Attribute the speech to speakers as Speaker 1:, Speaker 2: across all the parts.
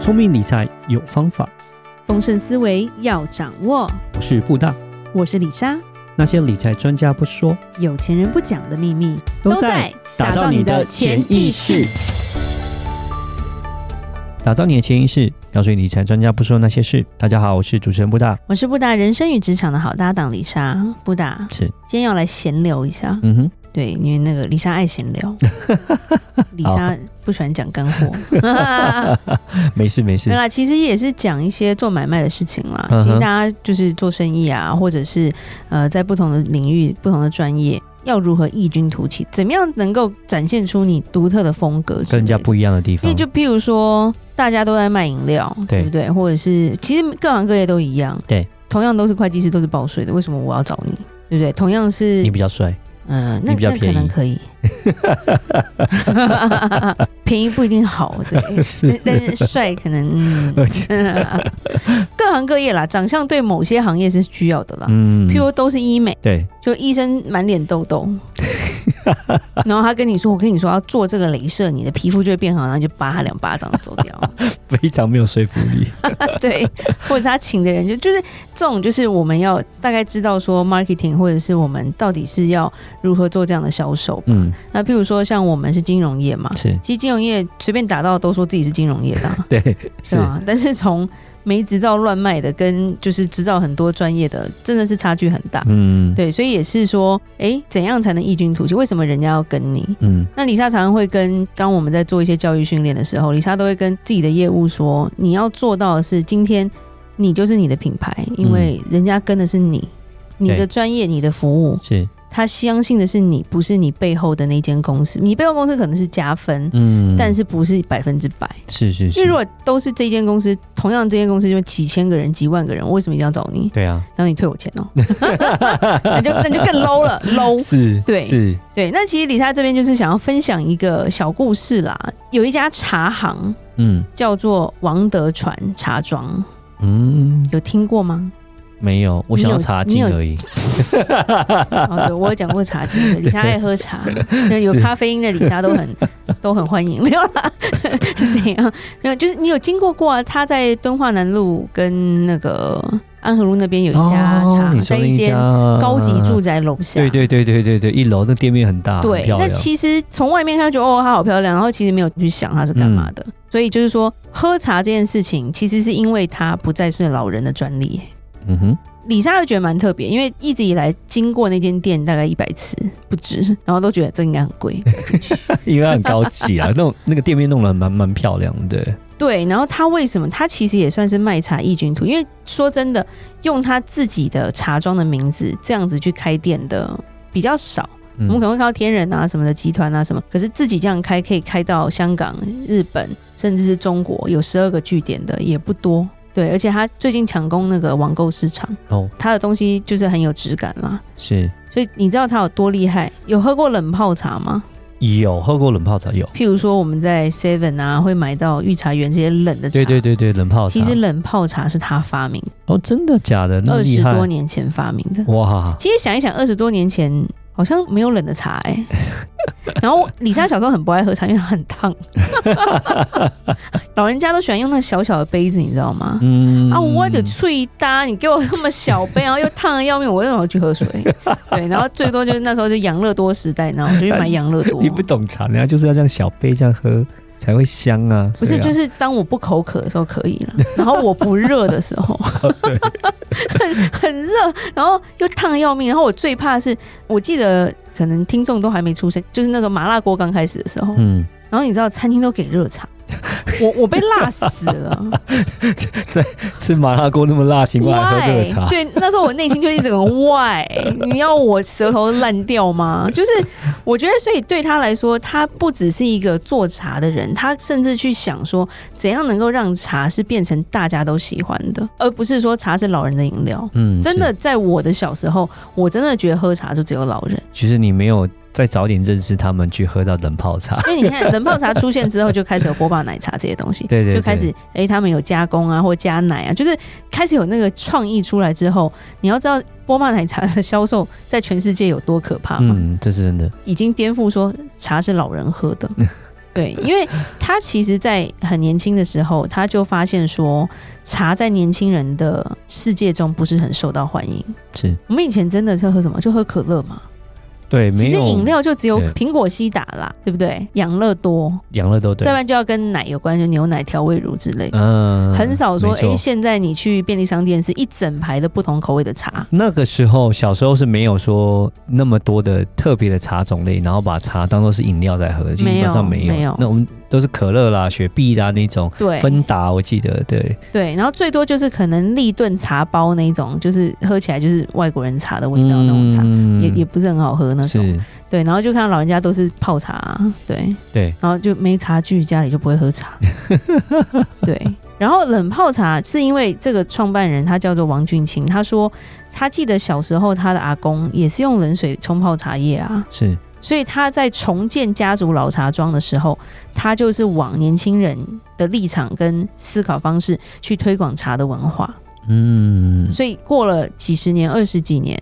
Speaker 1: 聪明理财有方法，
Speaker 2: 丰盛思维要掌握。
Speaker 1: 我是布大。
Speaker 2: 我是李莎，
Speaker 1: 那些理财专家不说，
Speaker 2: 有钱人不讲的秘密
Speaker 1: 打造你的潜意识。。打造你的潜意识，了解理财专家不说那些事。大家好，我是主持人布大。
Speaker 2: 我是布达人生与职场的好搭档李莎。布达
Speaker 1: 是，
Speaker 2: 今天要来闲聊一下，
Speaker 1: 嗯哼，
Speaker 2: 对，因为那个李莎爱闲聊，李莎不喜欢讲干货。
Speaker 1: 没事没事
Speaker 2: 对。啦，其实也是讲一些做买卖的事情啦。
Speaker 1: 嗯哼
Speaker 2: 其实大家就是做生意啊，或者是呃，在不同的领域、不同的专业，要如何异军突起，怎么样能够展现出你独特的风格之类的，
Speaker 1: 跟人家不一样的地
Speaker 2: 因
Speaker 1: 方，
Speaker 2: 为就譬如说，大家都在卖饮料，
Speaker 1: 对
Speaker 2: 对不对？或者是其实各行各业都一样，
Speaker 1: 对，
Speaker 2: 同样都是会计师，都是报税的，为什么我要找你？对不对？同样是
Speaker 1: 你比较帅，
Speaker 2: 嗯，那
Speaker 1: 你比较
Speaker 2: 那可能可以， 便宜不一定好， 对，
Speaker 1: 是
Speaker 2: 但但是帅可 能，嗯各行各业啦，长相对某些行业是需要的啦。
Speaker 1: 嗯
Speaker 2: 譬如都是医美，
Speaker 1: 对，
Speaker 2: 就医生满脸痘 痘，然后他跟你说：“我跟你说要做这个镭射，你的皮肤就会变好。”然后你就扒他两巴掌走 掉。
Speaker 1: 非常没有说服力。
Speaker 2: 对，或者是他请的人就就是这种，就是我们要大概知道说 marketing 或者是我们到底是要如何做这样的销售。
Speaker 1: 嗯，
Speaker 2: 那譬如说像我们是金融业嘛，
Speaker 1: 是
Speaker 2: 其实金融业随便打到都说自己是金融业的啊、
Speaker 1: 对，是
Speaker 2: 是吧？但是从没执照乱卖的，跟就是执照很多专业的，真的是差距很大。
Speaker 1: 嗯，
Speaker 2: 对，所以也是说，哎，怎样才能异军突起？为什么人家要跟你？
Speaker 1: 嗯，
Speaker 2: 那李莎常常会跟，当我们在做一些教育训练的时候，李莎都会跟自己的业务说，你要做到的是，今天你就是你的品牌，因为人家跟的是你，你的
Speaker 1: 嗯对
Speaker 2: 专业、你的服务，
Speaker 1: 是，
Speaker 2: 他相信的是你，不是你背后的那间公司。你背后公司可能是加分，
Speaker 1: 嗯，
Speaker 2: 但是不是百分之百。
Speaker 1: 是是
Speaker 2: 因为
Speaker 1: 是
Speaker 2: 如，果都是这间公司，同样这间公司就几千个人、几万个人，我为什么一定要找你？
Speaker 1: 对啊，
Speaker 2: 然后你退我钱哦，那就那就更 low 了，low。
Speaker 1: 是，
Speaker 2: 对
Speaker 1: 是，
Speaker 2: 对，那其实李莎这边就是想要分享一个小故事啦。有一家茶行
Speaker 1: 嗯
Speaker 2: 叫做王德传茶庄，
Speaker 1: 嗯，
Speaker 2: 有听过吗？
Speaker 1: 没有，我想要
Speaker 2: 你有
Speaker 1: 茶
Speaker 2: 你
Speaker 1: 经
Speaker 2: 有
Speaker 1: 而已。
Speaker 2: 哦，对，我有讲过茶经 的，李莎爱喝茶，那有
Speaker 1: 是
Speaker 2: 咖啡因的李莎都 很都很欢迎，没有啦， 是怎样？没有，就是你有经过过啊？他在敦化南路跟那个安和路那边有一家茶，
Speaker 1: 哦、你说
Speaker 2: 在
Speaker 1: 那
Speaker 2: 一间
Speaker 1: 家
Speaker 2: 高级住宅楼下。
Speaker 1: 对对对对对对，一楼那店面很大，很
Speaker 2: 对，
Speaker 1: 漂
Speaker 2: 那
Speaker 1: 亮。
Speaker 2: 其实从外面看就觉得哦，她好漂亮，然后其实没有去想她是干嘛
Speaker 1: 嗯
Speaker 2: 的。所以就是说，喝茶这件事情，其实是因为它不再是老人的专利。
Speaker 1: 嗯哼，
Speaker 2: 李莎就觉得蛮特别，因为一直以来经过那间店大概一百次不止， 然后都觉得这应该很贵。
Speaker 1: 因为它很高级啊，那 种那个店面弄得蛮蛮漂亮的。
Speaker 2: 对，然后他为什么？他其实也算是卖茶异军图，因为说真的，用他自己的茶庄的名字这样子去开店的比较少。
Speaker 1: 嗯
Speaker 2: 我们可能会看到天人啊什么的集团啊什么，可是自己这样开可以开到香港、日本，甚至是中国，有十二个据点的也不多。对，而且他最近抢攻那个网购市场，
Speaker 1: 哦，
Speaker 2: 他的东西就是很有质感啦。
Speaker 1: 是
Speaker 2: 所以你知道他有多厉害？有喝过冷泡茶吗？
Speaker 1: 有喝过冷泡茶，有。
Speaker 2: 譬如说我们在 Seven 啊会买到御茶园这些冷的茶，
Speaker 1: 对对对对，冷泡茶。
Speaker 2: 其实冷泡茶是他发明，
Speaker 1: 哦，真的假的？那么
Speaker 2: 二
Speaker 1: 厉
Speaker 2: 十
Speaker 1: 害
Speaker 2: 多年前发明的。
Speaker 1: 哇！
Speaker 2: 其实想一想，二十多年前好像没有冷的茶 哎、然后李莎小时候很不爱喝茶，因为它很 烫，老人家都喜欢用那小小的杯子，你知道吗？
Speaker 1: 嗯
Speaker 2: 啊，我就脆搭，你给我那么小杯，然后又烫的要命，我为什么要去喝 水？对，然后最多就是那时候就养乐多时代，然后我就去买养乐 多。
Speaker 1: 你不懂茶，人家就是要这样小杯这样喝才会香啊。
Speaker 2: 不是，
Speaker 1: 对啊
Speaker 2: 就是当我不口渴的时候可以了，然后我不热的时 候，很很热，然后又烫得要命，然后我最怕的是，我记得可能听众都还没出生，就是那时候麻辣锅刚开始的时候，
Speaker 1: 嗯，
Speaker 2: 然后你知道餐厅都给热茶，我我被辣死了，
Speaker 1: 吃麻辣锅那么辣，情况还喝这个
Speaker 2: Why？
Speaker 1: 茶，
Speaker 2: 对，那时候我内心就一直个 why，你要我舌头烂掉吗？就是我觉得，所以对他来说，他不只是一个做茶的人，他甚至去想说，怎样能够让茶是变成大家都喜欢的，而不是说茶是老人的饮料。
Speaker 1: 嗯，
Speaker 2: 真的，在我的小时候，我真的觉得喝茶就只有老人，
Speaker 1: 其实你没有再早点认识他们，去喝到冷泡 茶。
Speaker 2: 因为你看冷泡茶出现之后，就开始有波霸奶茶这些东西，
Speaker 1: 对对对
Speaker 2: 就开始哎、诶他们有加工啊，或加奶啊，就是开始有那个创意出来之后，你要知道波霸奶茶的销售在
Speaker 1: 嗯
Speaker 2: 全世界有多可怕嘛，
Speaker 1: 嗯，这是真的。嗯
Speaker 2: 已经颠覆说茶是老人喝的。对，因为他其实，在很年轻的时候，他就发现说，茶在年轻人的世界中不是很受到欢迎。
Speaker 1: 是
Speaker 2: 我们以前真的是喝什么，就喝可乐嘛。
Speaker 1: 对，
Speaker 2: 其
Speaker 1: 没
Speaker 2: 实
Speaker 1: 有
Speaker 2: 饮料就只有
Speaker 1: 对
Speaker 2: 苹果西打啦，对不对？养乐多，
Speaker 1: 养乐多对
Speaker 2: 再不，然就要跟奶有关，就牛奶调味乳之类的。
Speaker 1: 嗯
Speaker 2: 很少说，
Speaker 1: 没
Speaker 2: 哎、
Speaker 1: 错
Speaker 2: 现在你去便利商店是一整排的不同口味的茶。
Speaker 1: 那个时候小时候是没有说那么多的特别的茶种类，然后把茶当做是饮料在喝，基本上没有。
Speaker 2: 没有
Speaker 1: 那我们都是可乐啦、雪碧啦那种。
Speaker 2: 对
Speaker 1: 芬达我记得对，
Speaker 2: 对，然后最多就是可能立顿茶包那一种，就是喝起来就是外国人茶的味道、那种茶，也也不是很好喝那
Speaker 1: 嗯
Speaker 2: 种。
Speaker 1: 是
Speaker 2: 对，然后就看到老人家都是泡茶啊、对，
Speaker 1: 对
Speaker 2: 然后就没茶具，家里就不会 喝茶。对，然后冷泡茶是因为这个创办人他叫做王俊清，他说他记得小时候他的阿公也是用冷水冲泡茶叶啊，
Speaker 1: 是
Speaker 2: 所以他在重建家族老茶庄的时候，他就是往年轻人的立场跟思考方式去推广茶的文化。
Speaker 1: 嗯
Speaker 2: 所以过了几十年、二十几年，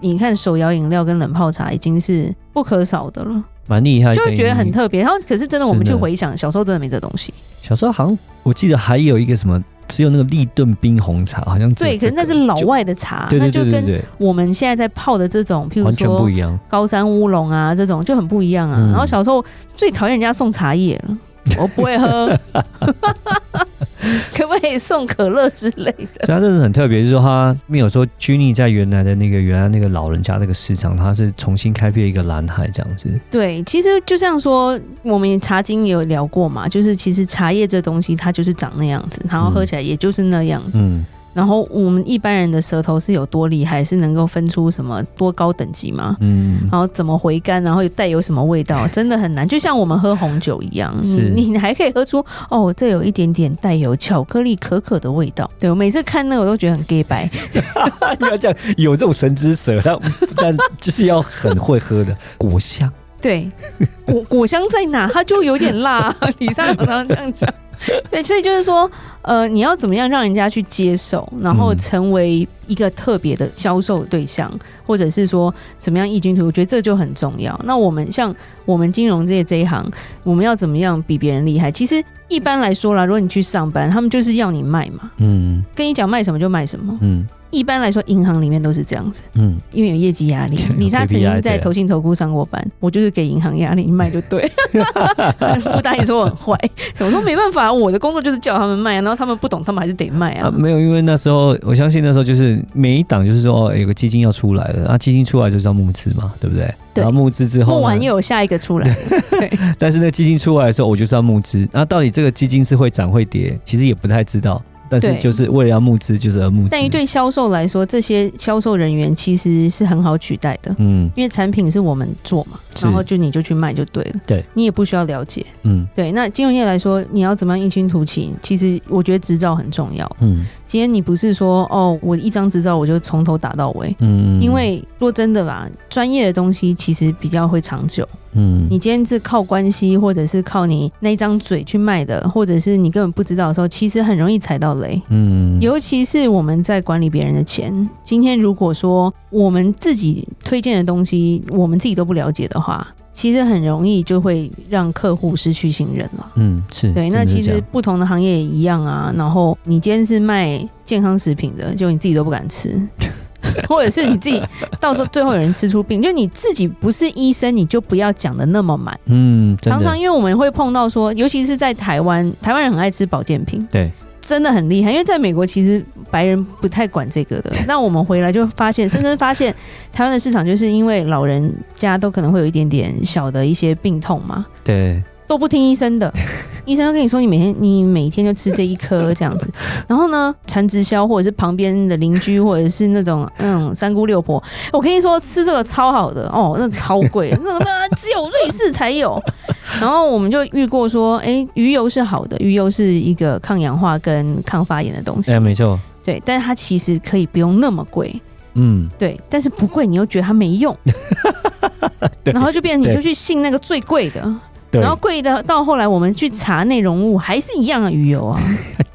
Speaker 2: 你看手摇饮料跟冷泡茶已经是不可少的了，
Speaker 1: 蛮厉害，
Speaker 2: 就会觉得很
Speaker 1: 等于
Speaker 2: 特别。然后可是真的，我们
Speaker 1: 哎是
Speaker 2: 去
Speaker 1: 的
Speaker 2: 回想小时候真的没这东西，
Speaker 1: 小时候好像我记得还有一个什么，只有那个立顿冰红茶，好像只有
Speaker 2: 对，可
Speaker 1: 这
Speaker 2: 是那
Speaker 1: 个
Speaker 2: 是老
Speaker 1: 就
Speaker 2: 外的茶，
Speaker 1: 对对对
Speaker 2: 那
Speaker 1: 对
Speaker 2: 就跟
Speaker 1: 对，
Speaker 2: 我们现在在泡的这种，譬如
Speaker 1: 完全不
Speaker 2: 说
Speaker 1: 一样。
Speaker 2: 高山乌龙啊这种就很不一样啊。
Speaker 1: 嗯
Speaker 2: 然后小时候最讨厌人家送茶叶 了，我不会喝， 可不可以送可乐之类的？
Speaker 1: 所以它真的很特别，就是说它没有说拘泥在原来的那个原来那个老人家这个市场，它是重新开辟一个蓝海这样子。
Speaker 2: 对，其实就像说我们茶经也有聊过嘛，就是其实茶叶这东西它就是长那样子，然后喝起来也就是那样子。
Speaker 1: 嗯，
Speaker 2: 然后我们一般人的舌头是有多厉害，是能够分出什么多高等级吗？
Speaker 1: 嗯，
Speaker 2: 然后怎么回甘，然后又带有什么味道， 真的很难。就像我们喝红酒一样，
Speaker 1: 是
Speaker 2: 你你还可以喝出哦，这有一点点带有巧克力可可的味道。对我每次看那个我都觉得很 gay 白，
Speaker 1: 不要这样，有这种神之舌，但但就是要很会喝的果香。
Speaker 2: 对，果 果香在哪，它就有点辣、 李莎常常这 样讲。对，所以就是说，呃，你要怎么样让人家去接受，然后
Speaker 1: 嗯
Speaker 2: 成为一个特别的销售对象，或者是说怎么样异军突起，我觉得这就很重要。那我们像我们金融界这一行，我们要怎么样比别人厉害？其实一般来说啦，如果你去上班，他们就是要你卖嘛，
Speaker 1: 嗯
Speaker 2: 跟你讲卖什么就卖什么。
Speaker 1: 嗯
Speaker 2: 一般来说，银行里面都是这样子。
Speaker 1: 嗯，
Speaker 2: 因为 有业绩压力啊
Speaker 1: 有。
Speaker 2: 李莎曾
Speaker 1: KPI
Speaker 2: 经在投信投顾上过班，我就是给银行压力，你卖就对。 不答应说我很坏， 我说没办法，我的工作就是叫他们卖，然后他们不懂，他们还是得卖啊
Speaker 1: 啊，。没有，因为那时候我相信那时候就是每一档就是说哦，有个基金要出来了，啊，基金出来就是要募资嘛，对不对？
Speaker 2: 对
Speaker 1: 然后募资之后
Speaker 2: 募
Speaker 1: 呢，
Speaker 2: 完又有啊下一个出 来，
Speaker 1: 但是那基金出来的时候，我就是要募资。那到底这个基金是会涨会跌，其实也不太知道。但是
Speaker 2: 对
Speaker 1: 就是为了要募资，就是而募资。
Speaker 2: 但于对销售来说，这些销售人员其实是很好取代的。
Speaker 1: 嗯
Speaker 2: 因为产品是我们做嘛，
Speaker 1: 是
Speaker 2: 然后就你就去卖就对了，
Speaker 1: 对
Speaker 2: 你也不需要了解。
Speaker 1: 嗯
Speaker 2: 对，那金融业来说，你要怎么样异军突起？其实我觉得执照很重要。
Speaker 1: 嗯
Speaker 2: 今天你不是说哦，我一张执照我就从头打到尾，
Speaker 1: 嗯，
Speaker 2: 因为说真的啦，专业的东西其实比较会长久。
Speaker 1: 嗯
Speaker 2: 你今天是靠关系，或者是靠你那一张嘴去卖的，或者是你根本不知道的时候，其实很容易踩到雷。
Speaker 1: 嗯
Speaker 2: 尤其是我们在管理别人的钱，今天如果说我们自己推荐的东西，我们自己都不了解的话，其实很容易就会让客户失去信任了。
Speaker 1: 嗯是
Speaker 2: 对，
Speaker 1: 真的
Speaker 2: 那
Speaker 1: 是
Speaker 2: 其
Speaker 1: 这
Speaker 2: 实
Speaker 1: 样
Speaker 2: 不同的行业也一样啊。然后你今天是卖健康食品的，就你自己都不敢吃， 或者是你 自己到最最后有人吃出病，就你自己不是医生，你就不要讲的那么满。
Speaker 1: 嗯真的
Speaker 2: 常常因为我们会碰到说，尤其是在台湾，台湾人很爱吃保健品，
Speaker 1: 对
Speaker 2: 真的很厉害。因为在美国其实白人不太管这个 的，那我们回来就发现，深深发现台湾的市场就是因为老人家都可能会有一点点小的一些病痛嘛，
Speaker 1: 对
Speaker 2: 都不听医 生的，医生就跟你说你每天你每天就吃这一颗这样子，然后呢，缠直销或者是旁边的邻居或者是那种嗯三姑六婆，我跟你说吃这个超好的哦，那超 贵，那个那只有瑞士才有。然后我们就遇过说，哎、鱼油是好的，鱼油是一个抗氧化跟抗发炎的东西
Speaker 1: 哎，没错
Speaker 2: 对，但是它其实可以不用那么贵，
Speaker 1: 嗯
Speaker 2: 对，但是不贵你又觉得它没用，
Speaker 1: 对
Speaker 2: 然后就变成你
Speaker 1: 对
Speaker 2: 就去信那个最贵的。
Speaker 1: 对
Speaker 2: 然，后贵的到后来，我们去查内容物，还是一样的鱼油 啊，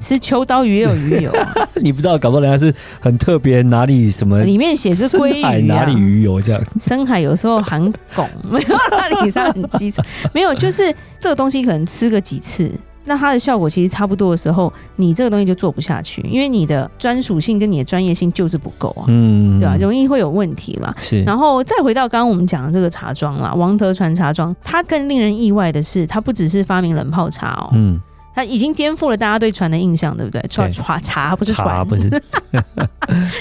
Speaker 2: 吃秋刀鱼也有鱼油啊，
Speaker 1: 你不知道，搞不好人家是很特别哪里什么。
Speaker 2: 里面写是鲑
Speaker 1: 深海
Speaker 2: 鱼
Speaker 1: 哪
Speaker 2: 啊
Speaker 1: 里。鱼油 这样？
Speaker 2: 深海有时候含汞，没有那里是很基础，没有就是这个东西可能吃个几次，那它的效果其实差不多的时候，你这个东西就做不下去，因为你的专属性跟你的专业性就是不够啊，
Speaker 1: 嗯，
Speaker 2: 对吧、容易会有问题啦。
Speaker 1: 是，
Speaker 2: 然后再回到刚刚我们讲的这个茶庄啦，王德传茶庄，它更令人意外的是，它不只是发明冷泡茶哦，
Speaker 1: 嗯，
Speaker 2: 它已经颠覆了大家对船的印象，对不对？船茶茶不是
Speaker 1: 茶
Speaker 2: 船，
Speaker 1: 不 是，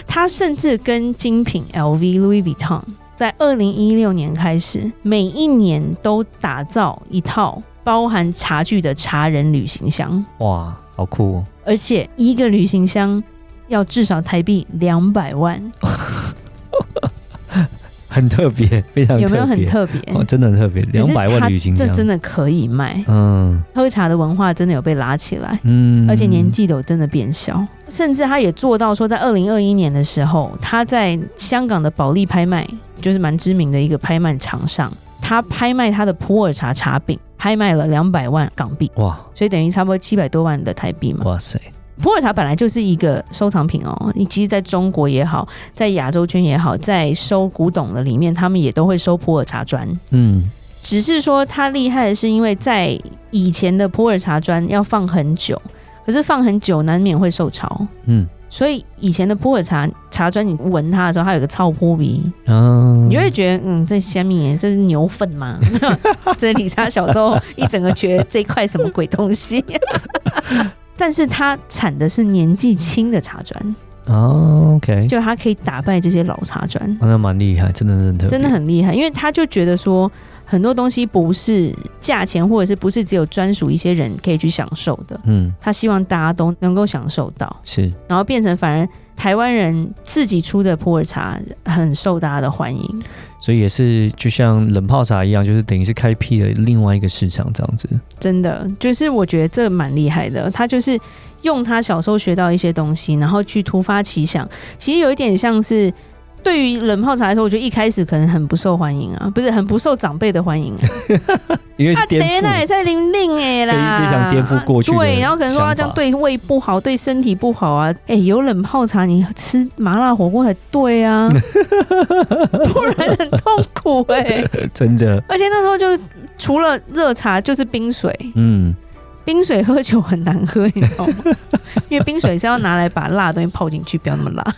Speaker 2: 它甚至跟精品 LV、Louis Vuitton 在二零一六年开始，每一年都打造一套包含茶具的茶人旅行箱，
Speaker 1: 哇，好酷、哦！
Speaker 2: 而且一个旅行箱要至少台币两百万，
Speaker 1: 很特别，非常特别，
Speaker 2: 有没有很特别？
Speaker 1: 哦，真的很特别，
Speaker 2: 可
Speaker 1: 两
Speaker 2: 是
Speaker 1: 百万
Speaker 2: 它
Speaker 1: 旅行
Speaker 2: 这
Speaker 1: 箱
Speaker 2: 真的可以卖。
Speaker 1: 嗯
Speaker 2: 喝茶的文化真的有被拉起来，
Speaker 1: 嗯，
Speaker 2: 而且年纪都真的变小，甚至他也做到说，在二零二一年的时候，他在香港的保利拍卖，就是蛮知名的一个拍卖场上，他拍卖他的普洱茶茶饼，拍卖了两百万港币，
Speaker 1: 哇
Speaker 2: 所以等于差不多七百多万的台币嘛。
Speaker 1: 哇塞，
Speaker 2: 普洱茶本来就是一个收藏品哦，你其实在中国也好，在亚洲圈也好，在收古董的里面，他们也都会收普洱茶砖。
Speaker 1: 嗯
Speaker 2: 只是说它厉害的是，因为在以前的普洱茶砖要放很久，可是放很久难免会受潮，
Speaker 1: 嗯
Speaker 2: 所以以前的普洱茶茶砖，你闻它的时候，它有个臭扑鼻，
Speaker 1: 啊，
Speaker 2: 你就会觉得，嗯，这虾米耶，这是牛粪吗？ 这是李莎小时候一整个觉得这块什么鬼东西， 但是它产的是年纪轻的茶砖，
Speaker 1: 哦 OK，
Speaker 2: 就它可以打败这些老茶砖。
Speaker 1: 哦那蛮厉害，真的是很特别，
Speaker 2: 真的很厉害，因为他就觉得说很多东西不是价钱，或者是不是只有专属一些人可以去享受的，
Speaker 1: 嗯
Speaker 2: 他希望大家都能够享受到，
Speaker 1: 是
Speaker 2: 然后变成反而台湾人自己出的普洱茶很受大家的欢迎。
Speaker 1: 所以也是就像冷泡茶一样，就是等于是开辟了另外一个市场这样子。
Speaker 2: 真的，就是我觉得这蛮厉害的。他就是用他小时候学到一些东西，然后去突发奇想。其实有一点像是对于冷泡茶来说，我觉得一开始可能很不受欢迎啊，不是很不受长辈的欢迎啊。
Speaker 1: 因为
Speaker 2: 啊，
Speaker 1: 是颠
Speaker 2: 等那也
Speaker 1: 覆，
Speaker 2: 在零零哎啦，
Speaker 1: 非非常颠覆过去的
Speaker 2: 对，然后可能说
Speaker 1: 想法
Speaker 2: 啊这样对胃不好，对身体不好啊。哎、有冷泡茶，你吃麻辣火锅才 对啊，不然很痛苦哎、
Speaker 1: 真的，
Speaker 2: 而且那时候就除了热茶就是冰水，
Speaker 1: 嗯，
Speaker 2: 冰水喝酒很难喝，你知 道吗？因为冰水是要拿来把辣的东西泡进去，不要那么辣。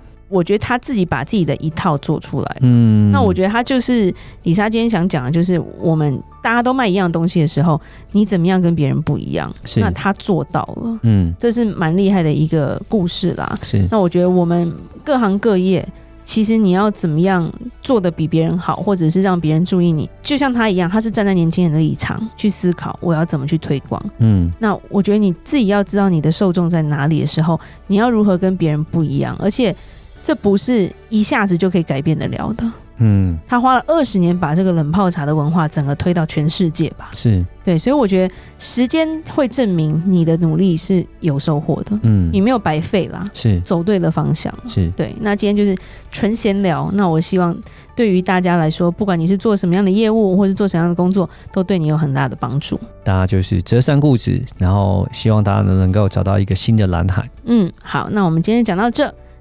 Speaker 2: 我觉得他自己把自己的一套做出来，
Speaker 1: 嗯，
Speaker 2: 那我觉得他就是李莎今天想讲的，就是我们大家都卖一样东西的时候，你怎么样跟别人不一样？
Speaker 1: 是
Speaker 2: 那他做到了，
Speaker 1: 嗯
Speaker 2: 这是蛮厉害的一个故事啦。
Speaker 1: 是
Speaker 2: 那我觉得我们各行各业，其实你要怎么样做的比别人好，或者是让别人注意你，就像他一样，他是站在年轻人的立场去思考，我要怎么去推广。
Speaker 1: 嗯
Speaker 2: 那我觉得你自己要知道你的受众在哪里的时候，你要如何跟别人不一样，而且这不是一下子就可以改变得了的。
Speaker 1: 嗯
Speaker 2: 他花了二十年把这个冷泡茶的文化整个推到全世界吧。
Speaker 1: 是
Speaker 2: 对，所以我觉得时间会证明你的努力是有收获的，
Speaker 1: 嗯
Speaker 2: 你没有白费啦，
Speaker 1: 是
Speaker 2: 走对了方向。
Speaker 1: 是
Speaker 2: 对，那今天就是纯闲聊。那我希望对于大家来说，不管你是做什么样的业务，或是做什么样的工作，都对你有很大的帮助。
Speaker 1: 大家就是折扇固执，然后希望大家能能够找到一个新的蓝海。
Speaker 2: 嗯，好，那我们今天讲到这。